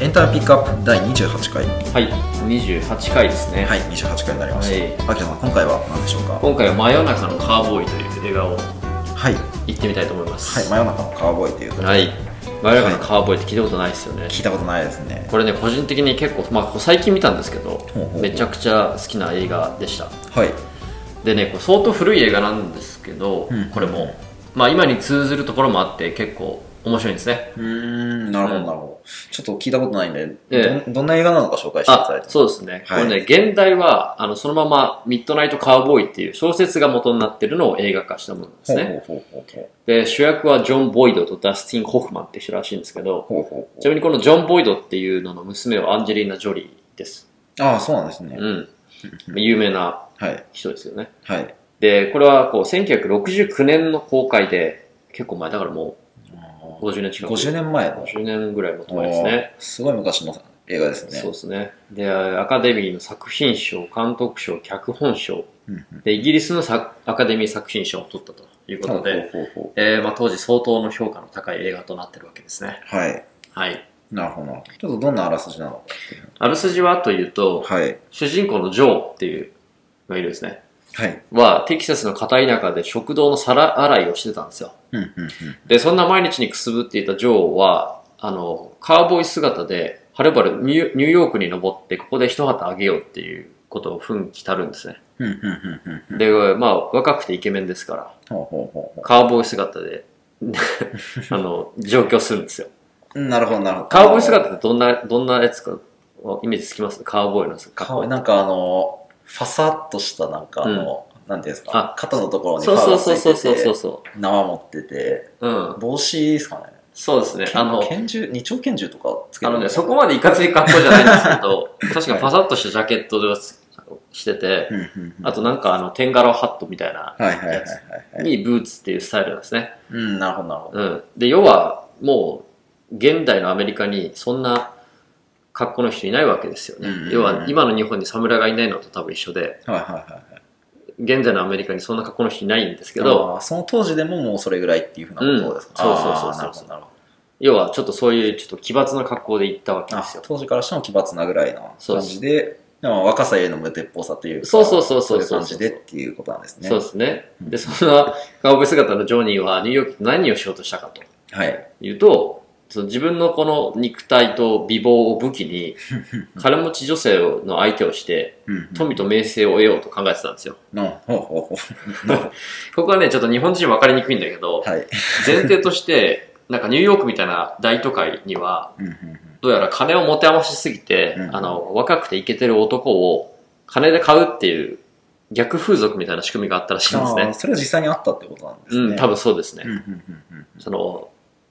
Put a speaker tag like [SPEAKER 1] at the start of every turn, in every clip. [SPEAKER 1] エンタメピックアップ第28回は
[SPEAKER 2] はい、28回ですね、
[SPEAKER 1] い28回になりま
[SPEAKER 2] はい
[SPEAKER 1] した秋田さん今回は何でしょうか
[SPEAKER 2] 今回は「真夜中のカーボーイ」という映画
[SPEAKER 1] はい、
[SPEAKER 2] を
[SPEAKER 1] はい、
[SPEAKER 2] 行ってみたいと思います
[SPEAKER 1] 真夜中のカーボーイというと
[SPEAKER 2] はい真夜中のカーボーイって聞いたことないですよね、
[SPEAKER 1] 聞いたことないですね
[SPEAKER 2] これね個人的に結構、まあ、最近見たんですけど
[SPEAKER 1] ほうほう
[SPEAKER 2] めちゃくちゃ好きな映画でした
[SPEAKER 1] はい
[SPEAKER 2] でねこう相当古い映画なんですけど、
[SPEAKER 1] うん
[SPEAKER 2] これも、まあ、今に通ずるところもあって結構面白いんですね
[SPEAKER 1] うーんなるほどなるほどちょっと聞いたことないんで、
[SPEAKER 2] え
[SPEAKER 1] どんどんな映画なのか紹介していただい
[SPEAKER 2] あ
[SPEAKER 1] て
[SPEAKER 2] そうですね、
[SPEAKER 1] はい
[SPEAKER 2] これね現代はあのそのまま「ミッドナイト・カウボーイ」っていう小説が元になってるのを映画化したものですね
[SPEAKER 1] ほうほうほうほう
[SPEAKER 2] で、主役はジョン・ボイドとダスティン・ホフマンって人らしいんですけど、
[SPEAKER 1] ほうほうほ
[SPEAKER 2] ちなみにこのジョン・ボイドっていうのの娘はアンジェリーナ・ジョリーです。
[SPEAKER 1] うああそうなんですね、
[SPEAKER 2] うん。有名な
[SPEAKER 1] はい
[SPEAKER 2] 人ですよね。
[SPEAKER 1] はい
[SPEAKER 2] で、これはこう、1969年の公開で、結構前、だからもう50年近く。
[SPEAKER 1] 50年前の
[SPEAKER 2] 50年ぐらいも前ですね。
[SPEAKER 1] おーすごい昔の映画ですね
[SPEAKER 2] そうですね。で、アカデミーの作品賞、監督賞、脚本賞、
[SPEAKER 1] うんうん
[SPEAKER 2] で、イギリスの作アカデミー作品賞を取ったということで、
[SPEAKER 1] ほうほうほ
[SPEAKER 2] えーまあ、当時相当の評価の高い映画となってるわけですね。
[SPEAKER 1] うはい
[SPEAKER 2] はい。
[SPEAKER 1] なるほどなちょっとどんなあらすじなのかっていう
[SPEAKER 2] あらすじはというと、
[SPEAKER 1] はい
[SPEAKER 2] 主人公のジョーっていうのがいるんですね。
[SPEAKER 1] はい
[SPEAKER 2] は、テキサスの片田舎で食堂の皿洗いをしてたんですよ。
[SPEAKER 1] うんうんうん
[SPEAKER 2] で、そんな毎日にくすぶっていたジョーは、あの、カーボーイ姿で、はるばるニュニューヨークに登って、ここで一旗あげようっていうことを奮起たるんですね。
[SPEAKER 1] うんうんうんうんうん
[SPEAKER 2] で、まあ、若くてイケメンですから、
[SPEAKER 1] ほうほうほうほ
[SPEAKER 2] カーボーイ姿で、 あの、上京するんですよ。
[SPEAKER 1] ううんなるほどなるほど
[SPEAKER 2] カーボーイ姿ってどんな、どんなやつか、イメージつきますカーボーイの格好
[SPEAKER 1] 顔。なんかあのファサッとしたなんかあの、なんていうんですか
[SPEAKER 2] あ
[SPEAKER 1] 肩のところにフ
[SPEAKER 2] そ
[SPEAKER 1] ァ
[SPEAKER 2] う
[SPEAKER 1] ー
[SPEAKER 2] そ
[SPEAKER 1] が
[SPEAKER 2] う
[SPEAKER 1] つ
[SPEAKER 2] そう
[SPEAKER 1] いて
[SPEAKER 2] そう
[SPEAKER 1] て
[SPEAKER 2] そうそ
[SPEAKER 1] 縄持ってて
[SPEAKER 2] う。うん。
[SPEAKER 1] 帽子ですかね
[SPEAKER 2] そうですね。あの、
[SPEAKER 1] 拳銃二丁拳銃とかつけ
[SPEAKER 2] あ
[SPEAKER 1] て
[SPEAKER 2] のね、そこまでいかつい格好じゃないんですけ ど、確かにパサッとしたジャケットをつしてて、
[SPEAKER 1] うんうんうん
[SPEAKER 2] あとなんかあの、テンガロハットみたい
[SPEAKER 1] は
[SPEAKER 2] な、
[SPEAKER 1] いはいはいはいはい
[SPEAKER 2] にブーツっていうスタイルなんですね。
[SPEAKER 1] うんなるほどなるほど
[SPEAKER 2] うん。で、要は、もう、現代のアメリカにそんな格好の人いないわけですよね。
[SPEAKER 1] うんうんうん
[SPEAKER 2] 要は、今の日本に侍がいないのと多分一緒で、
[SPEAKER 1] はいはいはいはい
[SPEAKER 2] 現在のアメリカにそんな格好の人いないんですけど、
[SPEAKER 1] あーその当時でももうそれぐらいっていうふうなことですか、
[SPEAKER 2] うんそうそうそうそう
[SPEAKER 1] あーなるほどなるほど
[SPEAKER 2] 要はちょっとそういうちょっと奇抜な格好で行ったわけで
[SPEAKER 1] あ
[SPEAKER 2] すよ。
[SPEAKER 1] 当時からしても奇抜なぐらいの
[SPEAKER 2] そう
[SPEAKER 1] 感
[SPEAKER 2] です
[SPEAKER 1] じででも若さへの無鉄砲さというか
[SPEAKER 2] そうそうそうそうそう
[SPEAKER 1] そういう感じでっていうことなんですね
[SPEAKER 2] そうですね。
[SPEAKER 1] うん
[SPEAKER 2] で、そんな顔ぶれ姿のジョニーはニューヨークで何をしようとしたかと
[SPEAKER 1] はい
[SPEAKER 2] いうと、その自分のこの肉体と美貌を武器 に、金持ち女性の相手をして、富と名声を得ようと考えてたんですよ。
[SPEAKER 1] のほうほうほ
[SPEAKER 2] ここはね、ちょっと日本人分かりにくいんだけど
[SPEAKER 1] う、はい
[SPEAKER 2] 前提として、なんかニューヨークみたいな大都会には、
[SPEAKER 1] うんうんうん
[SPEAKER 2] どうやら金を持て余しすぎて、
[SPEAKER 1] うん
[SPEAKER 2] あの、若くてイケてる男を金で買うっていう逆風俗みたいな仕組みがあったらしいんです
[SPEAKER 1] あ
[SPEAKER 2] ね
[SPEAKER 1] あ。それは実際にあったってことなんですね
[SPEAKER 2] うん、多分そうですね。
[SPEAKER 1] うんうんうんう
[SPEAKER 2] その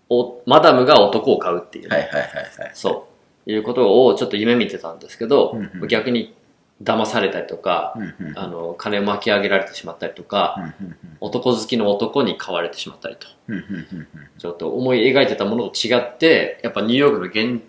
[SPEAKER 2] お、マダムが男を買うっていう、
[SPEAKER 1] んはいはいはいはい
[SPEAKER 2] そう、いうことをちょっと夢見てたんですけど、
[SPEAKER 1] うんうん
[SPEAKER 2] 逆に騙されたりとか、
[SPEAKER 1] うんうんうん
[SPEAKER 2] あの、金を巻き上げられてしまったりとか、男好きの男に買われてしまったりと、
[SPEAKER 1] うんうんうんうん
[SPEAKER 2] ちょっと思い描いてたものと違って、やっぱニューヨークの現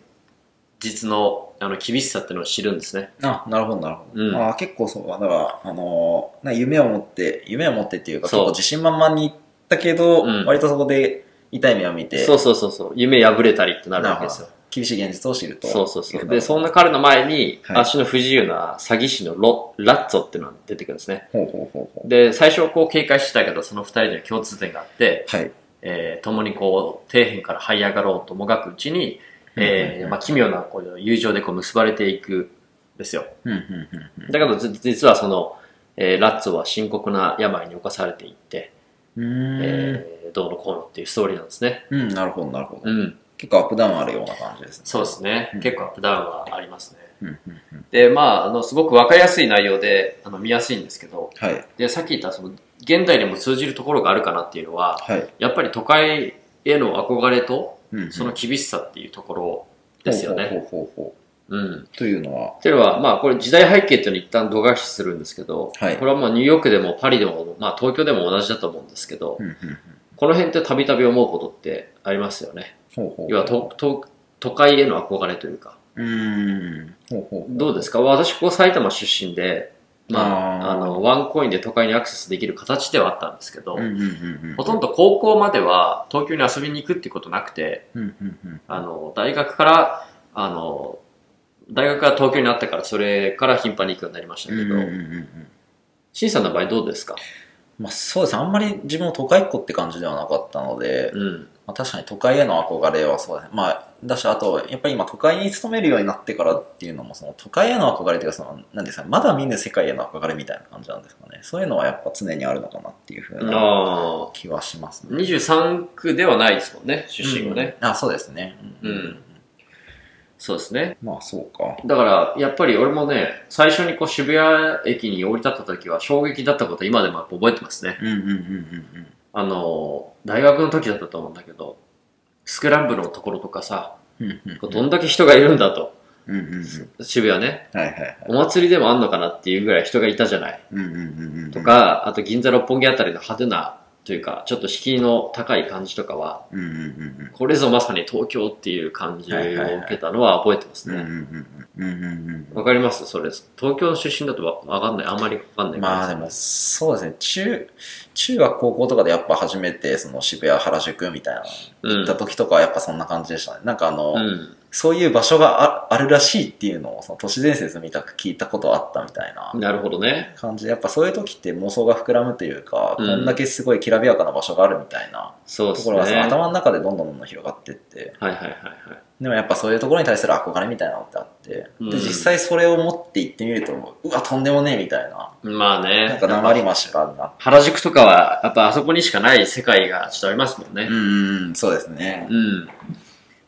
[SPEAKER 2] 実のあの厳しさっていうのを知るんですね。
[SPEAKER 1] あなるほどなるほど、
[SPEAKER 2] うん
[SPEAKER 1] あー結構そうだから、あのーな夢を持って夢を持ってっていうか
[SPEAKER 2] そう
[SPEAKER 1] 結構自信満々にいったけど、
[SPEAKER 2] うん
[SPEAKER 1] 割とそこで痛い目を見て
[SPEAKER 2] そうそうそうそう、夢破れたりってなるわけですよ。
[SPEAKER 1] 厳しい現実を知ると
[SPEAKER 2] そうそうそ。
[SPEAKER 1] いうふな
[SPEAKER 2] で、そんな彼の前に、
[SPEAKER 1] はい
[SPEAKER 2] 足の不自由な詐欺師のロラッツォっていうのが出てくるんですね。
[SPEAKER 1] ほうほうほうほ
[SPEAKER 2] で、最初はこう警戒してたけど、その二人には共通点があって、
[SPEAKER 1] うはい
[SPEAKER 2] えー共にこう、底辺から這い上がろうともがくうちに、えーまあ、奇妙なこう友情でこう結ばれていくんですよ。
[SPEAKER 1] うんうんうん
[SPEAKER 2] だけど、じ実はその、えーラッツォは深刻な病に侵されていって、
[SPEAKER 1] うんう
[SPEAKER 2] えーどうのこうのっていうストーリーなんですね。
[SPEAKER 1] ーんうんなるほどなるほど、
[SPEAKER 2] うん。
[SPEAKER 1] 結構アップダウンあるような感じですね
[SPEAKER 2] そうですね。結構アップダウンはありますね。
[SPEAKER 1] うんうんうん
[SPEAKER 2] で、まあ、あの、すごくわかりやすい内容で、あの、見やすいんですけど、
[SPEAKER 1] はい
[SPEAKER 2] で、さっき言った、その、現代にも通じるところがあるかなっていうのは、
[SPEAKER 1] はい、
[SPEAKER 2] やっぱり都会への憧れと、
[SPEAKER 1] うんうん
[SPEAKER 2] その厳しさっていうところですよ
[SPEAKER 1] ほう
[SPEAKER 2] ね。
[SPEAKER 1] ほうほうほ
[SPEAKER 2] うん。
[SPEAKER 1] うというのは
[SPEAKER 2] というのは、まあ、これ時代背景っていうのを一旦度外視するんですけど、
[SPEAKER 1] はい
[SPEAKER 2] これはまあニューヨークでもパリでも、まあ、東京でも同じだと思うんですけど、
[SPEAKER 1] うんうんうん
[SPEAKER 2] この辺ってたびたび思うことってありますよね。
[SPEAKER 1] ほうほうほう
[SPEAKER 2] 要はとと都会への憧れというか。
[SPEAKER 1] うーんほうほう
[SPEAKER 2] どうですか私、ここ埼玉出身で、まあ、
[SPEAKER 1] あ
[SPEAKER 2] あ
[SPEAKER 1] ー
[SPEAKER 2] の、ワンコインで都会にアクセスできる形ではあったんですけど、
[SPEAKER 1] うんうんうんうん
[SPEAKER 2] ほとんど高校までは東京に遊びに行くっていうことなくて、
[SPEAKER 1] うんうんうん
[SPEAKER 2] あの、大学からあの、大学が東京にあったから、それから頻繁に行くようになりました
[SPEAKER 1] うん
[SPEAKER 2] け
[SPEAKER 1] うん
[SPEAKER 2] ど、
[SPEAKER 1] うんうん。
[SPEAKER 2] シンさんの場合どうですか
[SPEAKER 1] まあそうですね、あんまり自分も都会っ子って感じではなかったので、
[SPEAKER 2] うん。
[SPEAKER 1] まあ、確かに都会への憧れはそうですね。まあ、だし、あと、やっぱり今都会に勤めるようになってからっていうのも、その都会への憧れというか、その、なんですかね、まだ見ぬ世界への憧れみたいな感じなんですかね。そういうのはやっぱ常にあるのかなっていうふうな
[SPEAKER 2] ああ。
[SPEAKER 1] 気はしますね。
[SPEAKER 2] 23区ではないですもんね、出身
[SPEAKER 1] を
[SPEAKER 2] がね。。
[SPEAKER 1] あ、そうですね。
[SPEAKER 2] うんそうですね。
[SPEAKER 1] まあ、そうか。
[SPEAKER 2] だから、やっぱり俺もね、最初にこう渋谷駅に降り立った時は衝撃だったこと今でもやっぱ覚えてますね。
[SPEAKER 1] うんうんうんうん
[SPEAKER 2] あの、大学の時だったと思うんだけど、スクランブルのところとかさ、
[SPEAKER 1] うん。うんうん
[SPEAKER 2] どんだけ人がいるんだと。
[SPEAKER 1] うんうんうん。
[SPEAKER 2] 渋谷ね。
[SPEAKER 1] はいはいはい。
[SPEAKER 2] お祭りでもあんのかなっていうぐらい人がいたじゃない。
[SPEAKER 1] うんうんうんうん。
[SPEAKER 2] と、か、あと銀座六本木あたりの派手な、というか、ちょっと敷居の高い感じとかは、
[SPEAKER 1] うんうんうん
[SPEAKER 2] これぞまさに東京っていう感じを
[SPEAKER 1] はいはいはい
[SPEAKER 2] 受けたのは覚えてます
[SPEAKER 1] うん。うんうん
[SPEAKER 2] ね。
[SPEAKER 1] うんうんうんうんうん
[SPEAKER 2] わかりますそれ。東京の出身だとわわかんない。あんまりわかんない。
[SPEAKER 1] まあでも、そうですね。中、中学高校とかでやっぱ初めて、その渋谷、原宿みたいな、
[SPEAKER 2] うん、
[SPEAKER 1] 行った時とかはやっぱそんな感じでしたね。なんかあの、
[SPEAKER 2] うん。
[SPEAKER 1] そういう場所がああるらしいっていうのを、その都市伝説みたく聞いたことあったみたいな
[SPEAKER 2] なるほどね。
[SPEAKER 1] 感じで、やっぱそういう時って妄想が膨らむというか、
[SPEAKER 2] うん
[SPEAKER 1] こんだけすごいきらびやかな場所があるみたいな
[SPEAKER 2] そうで
[SPEAKER 1] と
[SPEAKER 2] す
[SPEAKER 1] こ
[SPEAKER 2] ね。
[SPEAKER 1] ろがその
[SPEAKER 2] はい
[SPEAKER 1] 頭の中でどんどんどんどん広がってって、
[SPEAKER 2] はいはいはい。
[SPEAKER 1] でもやっぱそういうところに対する憧れみたいなのってあって、で、
[SPEAKER 2] うん
[SPEAKER 1] 実際それを持って行ってみると、うわ、とんでもねえみたいな、
[SPEAKER 2] まあね。
[SPEAKER 1] なんか訛りましがあるな
[SPEAKER 2] 原宿とかは、やっぱあそこにしかない世界がちょっとありますもんね。
[SPEAKER 1] うんうん、そうですね。
[SPEAKER 2] うん。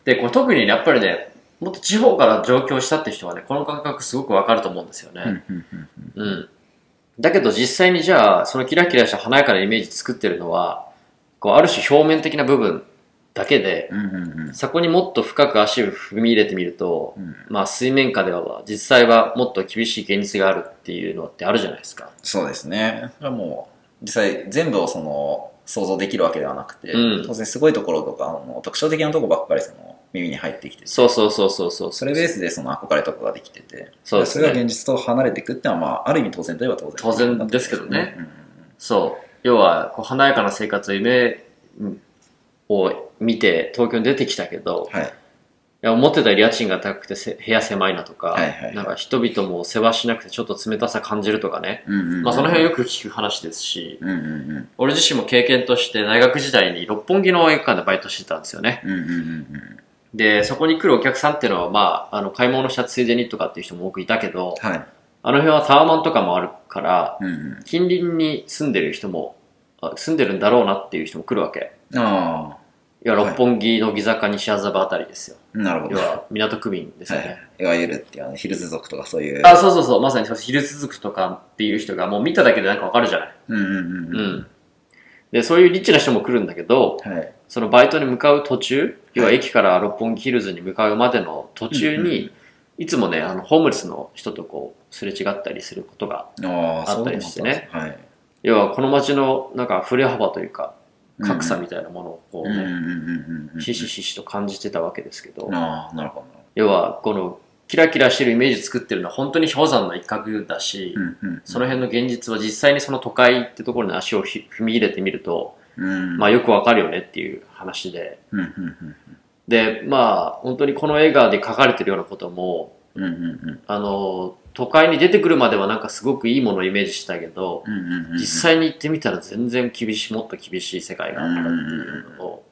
[SPEAKER 2] で、これ特にねやっぱりね、もっと地方から上京したって人はね、この感覚すごくわかると思うんですよね。うん。だけど実際にじゃあ、そのキラキラした華やかなイメージ作ってるのは、こう、ある種表面的な部分だけで、
[SPEAKER 1] うんうんうん
[SPEAKER 2] そこにもっと深く足を踏み入れてみると、
[SPEAKER 1] うん
[SPEAKER 2] まあ水面下では実際はもっと厳しい現実があるっていうのってあるじゃないですか。
[SPEAKER 1] そうですね。それはもう、実際全部をその、想像できるわけではなくて、
[SPEAKER 2] うん
[SPEAKER 1] 当然すごいところとか、あの特徴的なとこばっかりその耳に入ってきて、
[SPEAKER 2] そうそうそうそうそう。
[SPEAKER 1] それベースでその憧れとかができてて、
[SPEAKER 2] そうですね
[SPEAKER 1] れが現実と離れていくってのは、まあ、ある意味当然といえば当然。
[SPEAKER 2] 当然ですけどね
[SPEAKER 1] うんうん
[SPEAKER 2] そう。要は、こう華やかな生活を夢を見て東京に出てきたけど
[SPEAKER 1] うん。、はい。
[SPEAKER 2] いや思ってたより家賃が高くてせ部屋狭いなとか、
[SPEAKER 1] はいはいはい
[SPEAKER 2] なんか人々も世話しなくてちょっと冷たさ感じるとかね。
[SPEAKER 1] うんうんうん
[SPEAKER 2] まあその辺はよく聞く話ですし、
[SPEAKER 1] うんうんうん。
[SPEAKER 2] 俺自身も経験として大学時代に六本木の映画館でバイトしてたんですよね。
[SPEAKER 1] うんうんうん
[SPEAKER 2] で、そこに来るお客さんっていうのは、まあ、あの、買い物したついでにとかっていう人も多くいたけど、
[SPEAKER 1] うん。はい。
[SPEAKER 2] あの辺はタワマンとかもあるから、
[SPEAKER 1] うんう
[SPEAKER 2] 近隣に住んでる人も、あ住んでるんだろうなっていう人も来るわけ。
[SPEAKER 1] ん。あ
[SPEAKER 2] いや、
[SPEAKER 1] はい
[SPEAKER 2] 六本木の木坂西麻布あたりですよ。
[SPEAKER 1] あ、なるほ
[SPEAKER 2] 要
[SPEAKER 1] ど。は
[SPEAKER 2] は、港区民ですよね。
[SPEAKER 1] い。いわゆるっていうあの、ヒルズ族とかそういう。
[SPEAKER 2] あ、そうそうそう、まさにそう、昼続くとかっていう人が、もう見ただけでなんかわかるじゃない。
[SPEAKER 1] うんうんうん
[SPEAKER 2] う
[SPEAKER 1] うん。
[SPEAKER 2] ん。で、そういうリッチな人も来るんだけど、
[SPEAKER 1] はい。
[SPEAKER 2] そのバイトに向かう途中、要は駅から六本木ヒルズに向かうまでの途中
[SPEAKER 1] うんうん
[SPEAKER 2] に、いつもね、あの、ホームレスの人とこう、すれ違ったりすることが、
[SPEAKER 1] ああ、
[SPEAKER 2] あったりしてね
[SPEAKER 1] そうなんだ。はい。
[SPEAKER 2] 要はこの街のなんか振れ幅というか、格差
[SPEAKER 1] み
[SPEAKER 2] みたいなものをこう
[SPEAKER 1] うんうん
[SPEAKER 2] ね、
[SPEAKER 1] うんうん。
[SPEAKER 2] ひしひしと感じてたわけですけど、
[SPEAKER 1] ああ、なるほ
[SPEAKER 2] 要はこのキラキラしてるイメージ作ってるのは本当に氷山の一角だし、
[SPEAKER 1] ど。うんうん
[SPEAKER 2] その辺の現実は実際にその都会ってところに足をひ踏み入れてみると、
[SPEAKER 1] うん。
[SPEAKER 2] まあ
[SPEAKER 1] あ、
[SPEAKER 2] よくわかるよねっていう話で。
[SPEAKER 1] うんうん
[SPEAKER 2] で、まあ本当にこの映画で書かれてるようなことも、
[SPEAKER 1] うん。うんうんうん。
[SPEAKER 2] あの、都会に出てくるまではなんかすごくいいものをイメージしてたけど、
[SPEAKER 1] うんうんうんうん。
[SPEAKER 2] 実際に行ってみたら全然厳しい、もっと厳しい世界があったっていうのを、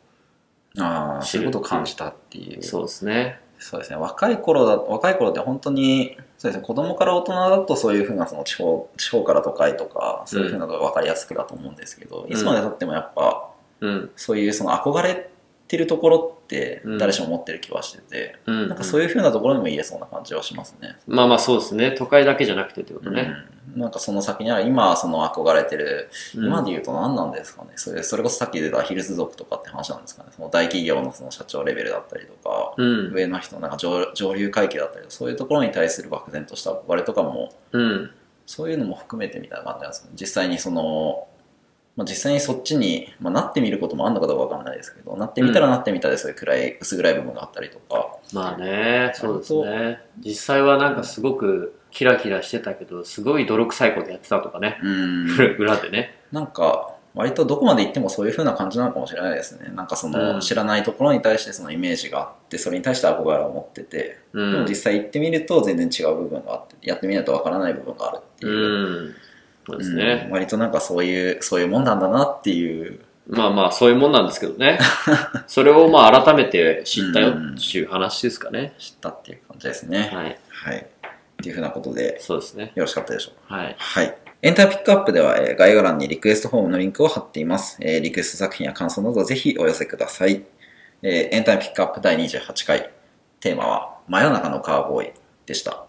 [SPEAKER 1] ああ、そういうことを感じたっていう。
[SPEAKER 2] そうですね。
[SPEAKER 1] そうですね。若い頃だ、若い頃って本当に、そうですね。子供から大人だとそういうふうな、その地方、地方から都会とか、そういうふうなのが分かりやすくだと思うんですけど、
[SPEAKER 2] ん
[SPEAKER 1] いつまで経ってもやっぱ、
[SPEAKER 2] うん。
[SPEAKER 1] そういうその憧れてるところって
[SPEAKER 2] うん
[SPEAKER 1] 誰しも持ってる気はしてて、
[SPEAKER 2] うん。
[SPEAKER 1] なんかそういうふうなところにも言えそうな感じはしますね。
[SPEAKER 2] まあまあそうですね。都会だけじゃなくてってことね。
[SPEAKER 1] うん、なんかその先にある今その憧れてる、
[SPEAKER 2] うん
[SPEAKER 1] 今で言うと何なんですかねそれそれこそさっき出たヒルズ族とかって話なんですかねその大企業のその社長レベルだったりとか、
[SPEAKER 2] うん。
[SPEAKER 1] 上の人のなんか上上流階級だったりとかそういうところに対する漠然とした憧れとかも
[SPEAKER 2] うん。
[SPEAKER 1] そういうのも含めてみたいな感じなんですね実際にその、まあ、実際にそっちに、まあ、なってみることもあるのかどうかわかんないですけどなってみたらなってみたでそういう暗い薄暗い部分があったりとか、
[SPEAKER 2] まあね、そうですね。実際はなんかすごくキラキラしてたけど、すごい泥臭いことやってたとかね。
[SPEAKER 1] うん、
[SPEAKER 2] 裏でね。
[SPEAKER 1] なんか、割とどこまで行ってもそういう風な感じなのかもしれないですね。なんかその、
[SPEAKER 2] うん
[SPEAKER 1] 知らないところに対してそのイメージがあって、それに対して憧れを持ってて、
[SPEAKER 2] う
[SPEAKER 1] でも
[SPEAKER 2] ん
[SPEAKER 1] 実際行ってみると全然違う部分があって、やってみないとわからない部分があるっていう。
[SPEAKER 2] うんそうですね、
[SPEAKER 1] うん割となんかそういう、そういうもんなんだなっていう。
[SPEAKER 2] まあまあそういうもんなんですけど ねそれをまあ改めて知ったよっていう話ですかね、
[SPEAKER 1] 知ったっていう感じですね。
[SPEAKER 2] はい
[SPEAKER 1] はい。っていうふうなことで、
[SPEAKER 2] そうですね
[SPEAKER 1] よろしかったでしょうか。
[SPEAKER 2] はい
[SPEAKER 1] はい。エンターピックアップでは、えー概要欄にリクエストフォームのリンクを貼っています。えーリクエスト作品や感想などぜひお寄せください。えーエンターピックアップ第28回、テーマは、真夜中のカーボーイでした。